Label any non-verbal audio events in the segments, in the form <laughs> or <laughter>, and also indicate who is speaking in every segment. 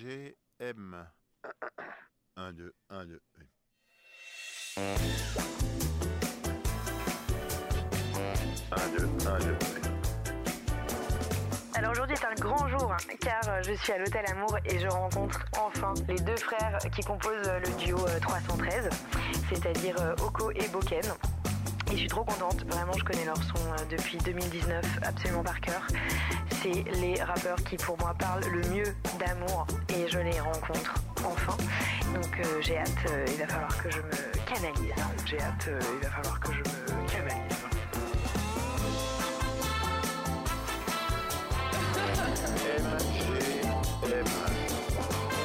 Speaker 1: MGM. 1, 2, 1, 2.
Speaker 2: Alors aujourd'hui est un grand jour hein, car je suis à l'hôtel Amour et je rencontre enfin les deux frères qui composent le duo euh, 313, c'est-à-dire euh, Oko et Boken. Et je suis trop contente, vraiment je connais leur son euh, depuis 2019 absolument par cœur. C'est les rappeurs qui pour moi parlent le mieux d'amour et je les rencontre enfin. Donc euh, j'ai hâte, euh, il va falloir que je me canalise. J'ai hâte, euh, il va falloir que je me canalise.
Speaker 1: MGM.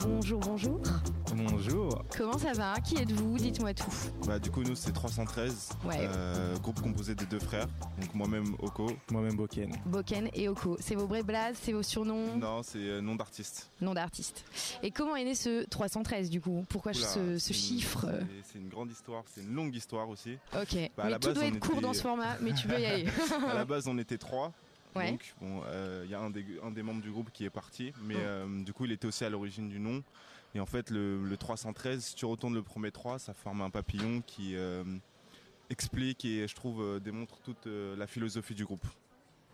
Speaker 3: Bonjour, bonjour.
Speaker 4: Bonjour.
Speaker 3: Comment ça va Qui êtes-vous Dites-moi tout.
Speaker 4: Bah du coup nous c'est 313.
Speaker 3: Ouais.
Speaker 4: Euh, groupe composé de deux frères. Donc moi-même Oko.
Speaker 5: Moi-même Boken.
Speaker 3: Boken et Oko, c'est vos vrais blazes, c'est vos surnoms,
Speaker 4: Non c'est euh, nom d'artiste.
Speaker 3: nom d'artiste. Et comment est né ce 313 du coup Pourquoi
Speaker 4: Oula,
Speaker 3: ce, ce
Speaker 4: c'est une-
Speaker 3: chiffre euh,
Speaker 4: c'est- C'est une grande histoire. C'est une longue
Speaker 3: <laughs>
Speaker 4: histoire aussi.
Speaker 3: Ok,
Speaker 4: Bah, à
Speaker 3: mais
Speaker 4: la
Speaker 3: tout
Speaker 4: base,
Speaker 3: doit
Speaker 4: on
Speaker 3: être court
Speaker 4: était-
Speaker 3: dans ce format, mais tu peux y
Speaker 4: <laughs>
Speaker 3: aller.
Speaker 4: à la base on était trois.
Speaker 3: Ouais.
Speaker 4: Donc bon euh, il y a un des, un des membres du groupe qui est parti.
Speaker 3: Oh.
Speaker 4: Mais euh, du coup il était aussi à l'origine du nom. Et en fait le, le 313 si tu retournes le premier 3 ça forme un papillon qui euh, explique et je trouve euh, démontre toute euh, la philosophie du groupe.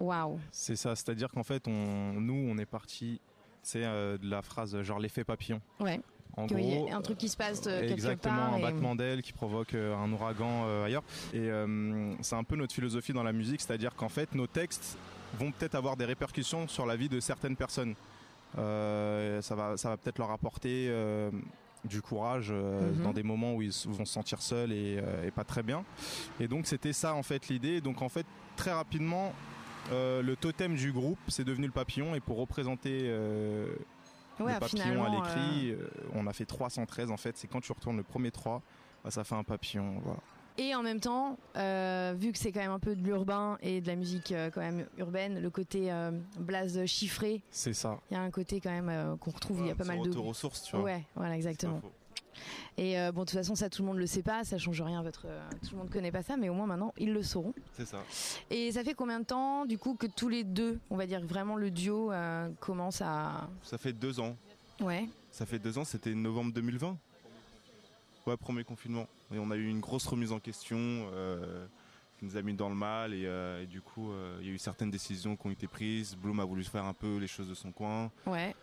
Speaker 3: Waouh,
Speaker 5: C'est ça, c'est-à-dire qu'en fait, on, nous, on est parti, c'est de la phrase euh, genre l'effet papillon.
Speaker 3: Ouais.
Speaker 5: En
Speaker 3: il y
Speaker 5: gros.
Speaker 3: a un truc qui se passe euh, quelque
Speaker 5: Exactement,
Speaker 3: part.
Speaker 5: un
Speaker 3: et-
Speaker 5: battement d'ailes qui provoque euh, un ouragan euh, ailleurs. Et euh, c'est un peu notre philosophie dans la musique, c'est-à-dire qu'en fait, nos textes vont peut-être avoir des répercussions sur la vie de certaines personnes. Euh, ça va, ça va peut-être leur apporter euh, du courage euh,
Speaker 3: Mhm.
Speaker 5: dans des moments où ils s- vont se sentir seuls et, euh, et pas très bien. Et donc c'était ça en fait l'idée. Donc en fait très rapidement, euh, le totem du groupe c'est devenu le papillon et pour représenter euh,
Speaker 3: Ouais, ah,
Speaker 5: le papillon à
Speaker 3: finalement, euh,
Speaker 5: l'écrit, euh, on a fait 313 en fait. C'est quand tu retournes le premier 3, bah, ça fait un papillon. Voilà.
Speaker 3: Et en même temps, euh, vu que c'est quand même un peu de l'urbain et de la musique euh, quand même urbaine, le côté euh, blaze chiffré,
Speaker 5: C'est ça.
Speaker 3: il y a un côté quand même euh, qu'on retrouve, il y a pas mal de...
Speaker 4: retour aux sources tu vois.
Speaker 3: Ouais, voilà,
Speaker 4: C'est pas
Speaker 3: exactement.
Speaker 4: faux.
Speaker 3: Et euh, bon, de toute façon, ça, tout le monde le sait pas, ça change rien. à Votre, euh, tout le monde connaît pas ça, mais au moins maintenant, ils le sauront.
Speaker 4: C'est ça.
Speaker 3: Et ça fait combien de temps, du coup, que tous les deux, on va dire vraiment le duo, euh, commence à.
Speaker 4: Ça fait deux ans.
Speaker 3: Ouais.
Speaker 4: Ça fait deux ans, c'était novembre 2020. Ouais, premier confinement. Et on a eu une grosse remise en question euh, qui nous a mis dans le mal. Et, euh, et du coup, euh, il y a eu certaines décisions qui ont été prises. Bloom a voulu faire un peu les choses de son coin.
Speaker 3: Ouais.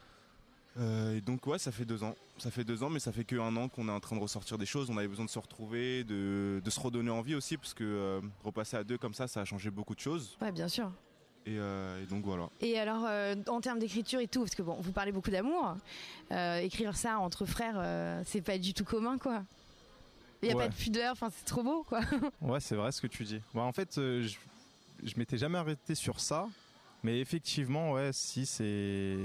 Speaker 4: Euh, et donc, ouais, ça fait deux ans. Ça fait deux ans, mais ça fait que un an qu'on est en train de ressortir des choses. On avait besoin de se retrouver, de, de se redonner envie aussi, parce que euh, repasser à deux comme ça, ça a changé beaucoup de choses.
Speaker 3: Ouais, bien sûr.
Speaker 4: Et, euh, et donc voilà.
Speaker 3: Et alors, euh, en termes d'écriture et tout, parce que bon, vous parlez beaucoup d'amour, euh, écrire ça entre frères, euh, c'est pas du tout commun, quoi. Il y a
Speaker 5: Ouais.
Speaker 3: pas de pudeur, enfin, c'est trop beau, quoi. <laughs>
Speaker 5: Ouais, c'est vrai ce que tu dis. Ouais, en fait, euh, je, je m'étais jamais arrêté sur ça, mais effectivement, ouais, si c'est.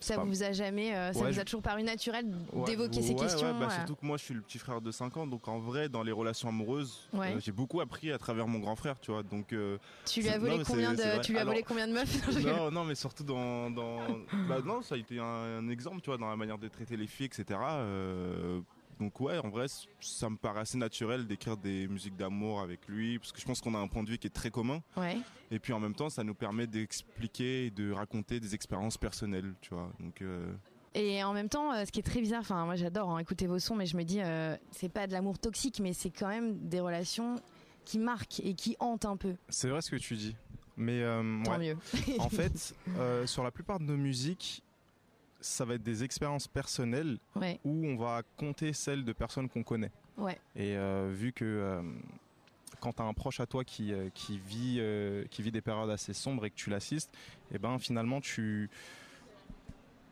Speaker 5: c'est
Speaker 3: Ça
Speaker 5: pas-
Speaker 3: vous a jamais, euh, ça
Speaker 5: Ouais,
Speaker 3: vous
Speaker 5: je-
Speaker 3: a toujours paru naturel
Speaker 5: Ouais.
Speaker 3: d'évoquer ces
Speaker 4: Ouais,
Speaker 3: questions.
Speaker 4: ouais, bah,
Speaker 3: euh.
Speaker 4: Surtout que moi, je suis le petit frère de 5 ans, donc en vrai, dans les relations amoureuses,
Speaker 3: Ouais.
Speaker 4: euh, j'ai beaucoup appris à travers mon grand frère, tu vois. Donc, euh,
Speaker 3: tu lui as
Speaker 4: c'est-
Speaker 3: volé
Speaker 4: non, mais c'est-
Speaker 3: combien
Speaker 4: c'est
Speaker 3: de,
Speaker 4: vrai.
Speaker 3: tu lui as volé
Speaker 4: Alors-
Speaker 3: combien de meufs
Speaker 4: non, non, mais surtout dans, dans, bah, non, ça a été un, un exemple, tu vois, dans la manière de traiter les filles, etc. euh, donc ouais, en vrai, c- ça me paraît assez naturel d'écrire des musiques d'amour avec lui, parce que je pense qu'on a un point de vue qui est très commun.
Speaker 3: <laughs> Ouais.
Speaker 4: Et puis en même temps, ça nous permet d'expliquer et de raconter des expériences personnelles, tu vois. Donc euh,
Speaker 3: Et en même temps, euh, ce qui est très bizarre, enfin moi j'adore hein, écouter vos sons, mais je me dis euh, c'est pas de l'amour toxique, mais c'est quand même des relations qui marquent et qui hantent un peu.
Speaker 5: C'est vrai ce que tu dis. Mais euh,
Speaker 3: Tant
Speaker 5: ouais. <laughs>
Speaker 3: mieux.
Speaker 5: en fait, euh, sur la plupart de nos musiques, ça va être des expériences personnelles
Speaker 3: <laughs> Ouais.
Speaker 5: où on va compter celles de personnes qu'on connaît.
Speaker 3: Ouais.
Speaker 5: Et euh, vu que euh, quand tu as un proche à toi qui, euh, qui, vit, euh, qui vit des périodes assez sombres et que tu l'assistes, et ben finalement tu,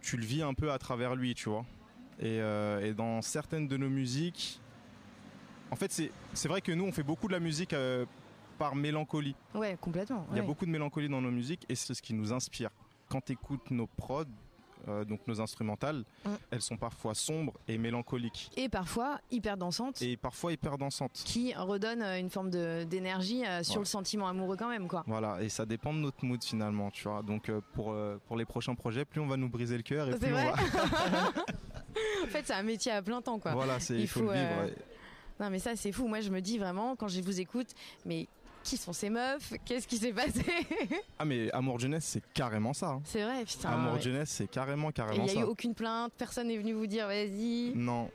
Speaker 5: tu le vis un peu à travers lui, tu vois. Et, euh, et dans certaines de nos musiques, en fait c'est c'est vrai que nous on fait beaucoup de la musique euh, par mélancolie.
Speaker 3: Ouais, complètement.
Speaker 5: Il y a
Speaker 3: ouais.
Speaker 5: beaucoup de mélancolie dans nos musiques et c'est ce qui nous inspire. Quand tu écoutes nos prods, euh, donc nos instrumentales,
Speaker 3: Mm.
Speaker 5: elles sont parfois sombres et mélancoliques.
Speaker 3: Et parfois hyper dansantes,
Speaker 5: Et parfois hyper dansantes.
Speaker 3: qui redonnent euh, une forme de- d'énergie euh, sur
Speaker 5: Ouais.
Speaker 3: le sentiment amoureux quand même, quoi.
Speaker 5: Voilà, et ça dépend de notre mood finalement, tu vois. Donc euh, pour, euh, pour les prochains projets, plus on va nous briser le cœur et
Speaker 3: C'est
Speaker 5: plus on
Speaker 3: vrai
Speaker 5: va...
Speaker 3: en fait, c'est un métier à plein temps, <laughs> quoi.
Speaker 5: Voilà, c'est,
Speaker 3: Il
Speaker 5: il faut,
Speaker 3: faut,
Speaker 5: le vivre.
Speaker 3: euh, Non, mais ça, c'est fou. Moi, je me dis vraiment, quand je vous écoute, mais qui sont ces meufs Qu'est-ce qui s'est passé <laughs>
Speaker 5: Ah, mais Amour de jeunesse, c'est carrément ça. hein.
Speaker 3: C'est vrai, putain.
Speaker 5: Amour
Speaker 3: Ah, ouais.
Speaker 5: de jeunesse, c'est carrément,
Speaker 3: Et il
Speaker 5: carrément
Speaker 3: n'y a
Speaker 5: ça.
Speaker 3: eu aucune plainte, personne n'est venu vous dire vas-y. <laughs>
Speaker 5: Non.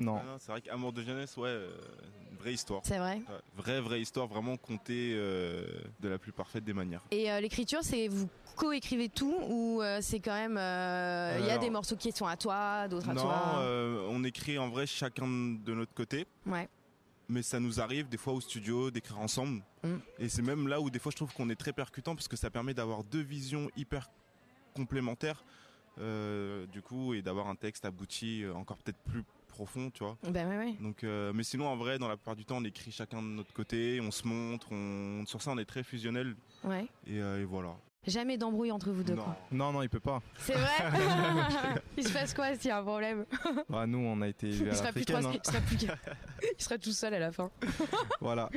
Speaker 5: non.
Speaker 4: Ah non, c'est vrai qu'Amour de jeunesse, ouais, euh, une vraie histoire.
Speaker 3: C'est vrai.
Speaker 4: Ouais, vraie, vraie histoire, vraiment contée euh, de la plus parfaite des manières.
Speaker 3: Et euh, l'écriture, c'est vous coécrivez tout ou euh, c'est quand même euh, il y a
Speaker 4: Alors-
Speaker 3: des morceaux qui sont à toi, d'autres à
Speaker 4: Non,
Speaker 3: toi.
Speaker 4: euh, on écrit en vrai chacun de notre côté.
Speaker 3: Ouais.
Speaker 4: Mais ça nous arrive des fois au studio d'écrire ensemble.
Speaker 3: Mm.
Speaker 4: Et c'est même là où des fois je trouve qu'on est très percutant parce que ça permet d'avoir deux visions hyper complémentaires euh, du coup et d'avoir un texte abouti euh, encore peut-être plus profond, tu vois.
Speaker 3: Ben ouais, ouais.
Speaker 4: Donc, euh, mais sinon en vrai, dans la plupart du temps, on écrit chacun de notre côté, on se montre, on... sur ça on est très fusionnel
Speaker 3: ouais.
Speaker 4: et, euh, et voilà.
Speaker 3: Jamais d'embrouille entre vous deux.
Speaker 4: Non.
Speaker 3: quoi.
Speaker 5: Non, non, il
Speaker 3: <laughs>
Speaker 5: peut pas.
Speaker 3: C'est vrai. <laughs> il se passe quoi s'il y a un problème
Speaker 5: Bah, nous, on a été hein. élevés
Speaker 3: Il
Speaker 5: à
Speaker 3: sera plus
Speaker 5: l'africaine.
Speaker 3: trois- il sera plus il sera tout seul à la fin.
Speaker 5: hein. Voilà.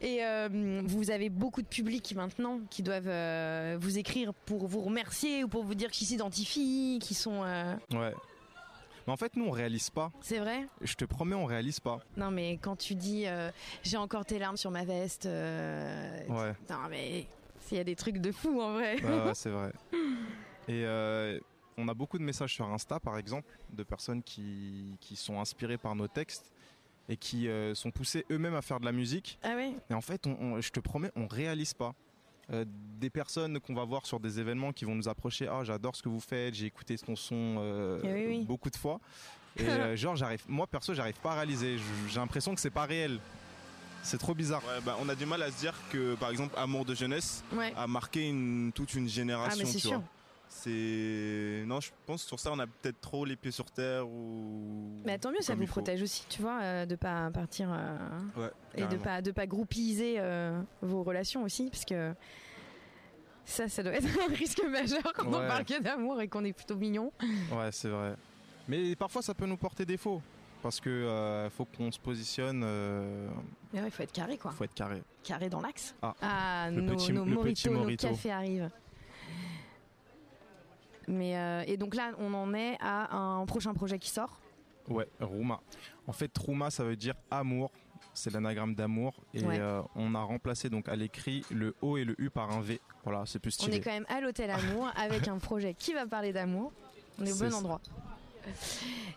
Speaker 3: Et euh, vous avez beaucoup de publics maintenant qui doivent euh, vous écrire pour vous remercier ou pour vous dire qu'ils s'identifient, qu'ils sont. euh,
Speaker 5: Ouais. Mais en fait, nous, on réalise pas.
Speaker 3: C'est vrai
Speaker 5: Je te promets, on réalise pas.
Speaker 3: Non, mais quand tu dis euh, j'ai encore tes larmes sur ma veste. euh,
Speaker 5: Ouais.
Speaker 3: Non, mais il y a des trucs de fou en vrai.
Speaker 5: Ouais, ouais, c'est vrai. Et euh, on a beaucoup de messages sur Insta, par exemple, de personnes qui, qui sont inspirées par nos textes et qui euh, sont poussés eux-mêmes à faire de la musique.
Speaker 3: Ah oui
Speaker 5: Et en fait, on- on- je te promets, on réalise pas. Euh, des personnes qu'on va voir sur des événements qui vont nous approcher ah j'adore ce que vous faites j'ai écouté ton son euh,
Speaker 3: Eh oui, oui.
Speaker 5: beaucoup de fois
Speaker 3: <laughs>
Speaker 5: et euh, genre j'arrive moi perso j'arrive pas à réaliser Je- j'ai l'impression que c'est pas réel c'est trop bizarre
Speaker 4: Ouais, bah, on a du mal à se dire que par exemple Amour de jeunesse
Speaker 3: Ouais.
Speaker 4: a marqué une, toute une
Speaker 3: Ah,
Speaker 4: génération.
Speaker 3: mais c'est
Speaker 4: tu
Speaker 3: sûr.
Speaker 4: vois. C'est non, je pense que sur ça on a peut-être trop les pieds sur terre ou.
Speaker 3: Mais tant mieux, ça
Speaker 4: comme
Speaker 3: vous
Speaker 4: il faut.
Speaker 3: protège aussi, tu vois, euh, de pas partir. euh,
Speaker 4: Ouais,
Speaker 3: et de
Speaker 4: carrément.
Speaker 3: pas de pas groupiser euh, vos relations aussi parce que ça ça doit être <laughs> un risque majeur quand on
Speaker 5: Ouais.
Speaker 3: parle que d'amour et qu'on est plutôt mignon
Speaker 5: Ouais, Ah, c'est vrai. Mais parfois, ça peut nous porter défaut. Parce que euh, faut qu'on se positionne, euh,
Speaker 3: mais ouais il faut être carré quoi
Speaker 5: faut être carré.
Speaker 3: carré dans l'axe
Speaker 5: Ah. Le
Speaker 3: nos,
Speaker 5: petit-
Speaker 3: nos
Speaker 5: le
Speaker 3: moritos
Speaker 5: petit
Speaker 3: nos
Speaker 5: morito.
Speaker 3: cafés arrivent mais euh, et donc là on en est à un prochain projet qui sort
Speaker 5: Ouais, Rouma. En fait, Rouma, ça veut dire amour. C'est l'anagramme d'amour. Et
Speaker 3: Ouais.
Speaker 5: euh, on a remplacé donc à l'écrit le O et le U par un V. Voilà, c'est plus
Speaker 3: on est
Speaker 5: stylé.
Speaker 3: quand même à
Speaker 5: <laughs>
Speaker 3: l'hôtel amour avec un projet qui va parler d'amour on est au
Speaker 5: C'est
Speaker 3: bon
Speaker 5: ça.
Speaker 3: endroit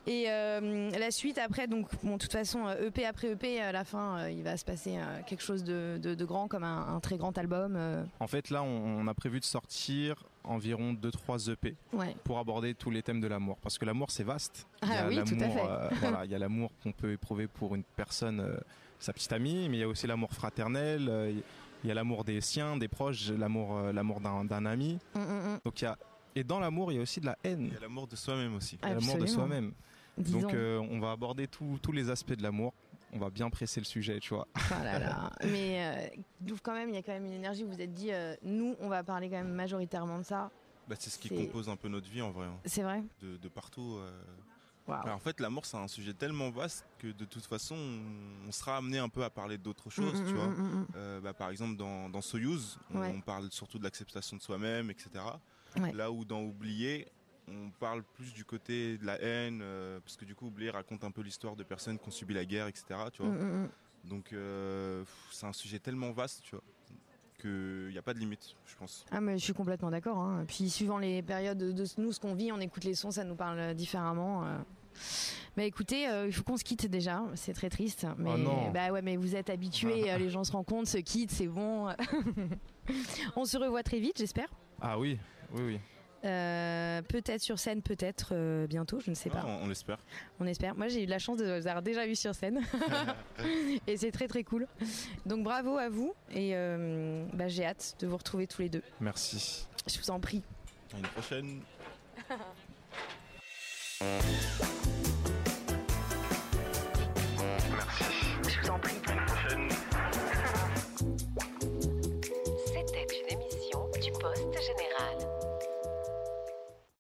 Speaker 3: et euh, la suite après donc bon de toute façon euh, EP après EP à la fin euh, il va se passer euh, quelque chose de, de- de grand comme un, un très grand album euh,
Speaker 5: En fait, là, on, on a prévu de sortir environ E 2-3 EP
Speaker 3: ouais
Speaker 5: pour aborder tous les thèmes de l'amour. Parce que l'amour, c'est vaste. Il y
Speaker 3: Ah
Speaker 5: a
Speaker 3: oui, tout à
Speaker 5: l'amour,
Speaker 3: fait. <laughs>
Speaker 5: euh, voilà, il y a l'amour qu'on peut éprouver pour une personne, euh, sa petite amie, mais il y a aussi l'amour fraternel. euh, il y a l'amour des siens, des proches, l'amour, euh, l'amour d'un, d'un ami.
Speaker 3: Mm, mm, mm.
Speaker 5: Donc il y a et dans l'amour, il y a aussi de la haine,
Speaker 4: Il y a l'amour de soi-même aussi.
Speaker 5: Il y a l'amour de
Speaker 3: Absolument.
Speaker 5: soi-même.
Speaker 3: Disons.
Speaker 5: Donc euh, on va aborder tout- tous les aspects de l'amour. On va bien presser le sujet, tu vois.
Speaker 3: Oh là là. mais euh, d'où quand même il y a quand même une énergie vous vous êtes dit euh, nous on va parler quand même majoritairement de ça
Speaker 4: Bah, c'est ce qui
Speaker 3: C'est-
Speaker 4: compose un peu notre vie en vrai, hein.
Speaker 3: c'est vrai
Speaker 4: de, de partout. euh.
Speaker 3: Waouh.
Speaker 4: Bah, en fait, l'amour c'est un sujet tellement vaste que de toute façon on- on sera amené un peu à parler d'autres choses,
Speaker 3: Mm,
Speaker 4: tu
Speaker 3: mm,
Speaker 4: vois.
Speaker 3: mm, mm,
Speaker 4: Euh, bah, par exemple, dans, dans Soyouz, on,
Speaker 3: Ouais.
Speaker 4: on parle surtout de l'acceptation de soi-même, etc.
Speaker 3: Ouais.
Speaker 4: Là où dans Oublier, on parle plus du côté de la haine, euh, parce que du coup, Oublier raconte un peu l'histoire de personnes qui ont subi la guerre, etc. Tu
Speaker 3: mm,
Speaker 4: vois.
Speaker 3: mm, mm.
Speaker 4: Donc, euh, pff, c'est un sujet tellement vaste, tu vois, qu'il n'y a pas de limite, je pense.
Speaker 3: Ah mais je suis complètement d'accord. hein. Puis suivant les périodes de, de nous, ce qu'on vit, on écoute les sons, ça nous parle euh, différemment. euh. Bah écoutez, euh, il faut qu'on se quitte déjà. C'est très triste. Mais
Speaker 5: Oh non.
Speaker 3: bah ouais, mais vous êtes
Speaker 4: <laughs>
Speaker 3: habitués. euh, les gens se rencontrent, se quittent, c'est bon. <laughs> on se revoit très vite, j'espère.
Speaker 5: Ah oui, oui, oui.
Speaker 3: Euh, peut-être sur scène, peut-être euh, bientôt, je ne sais
Speaker 4: Ah,
Speaker 3: pas.
Speaker 4: on, on l'espère.
Speaker 3: On espère. Moi, j'ai eu la chance de vous avoir déjà vu sur scène, <laughs> et c'est très très cool. Donc bravo à vous, et euh, bah, j'ai hâte de vous retrouver tous les deux.
Speaker 5: Merci.
Speaker 3: Je vous en prie.
Speaker 4: À une prochaine.
Speaker 2: Je vous en prie.
Speaker 6: C'était une émission du Poste Général.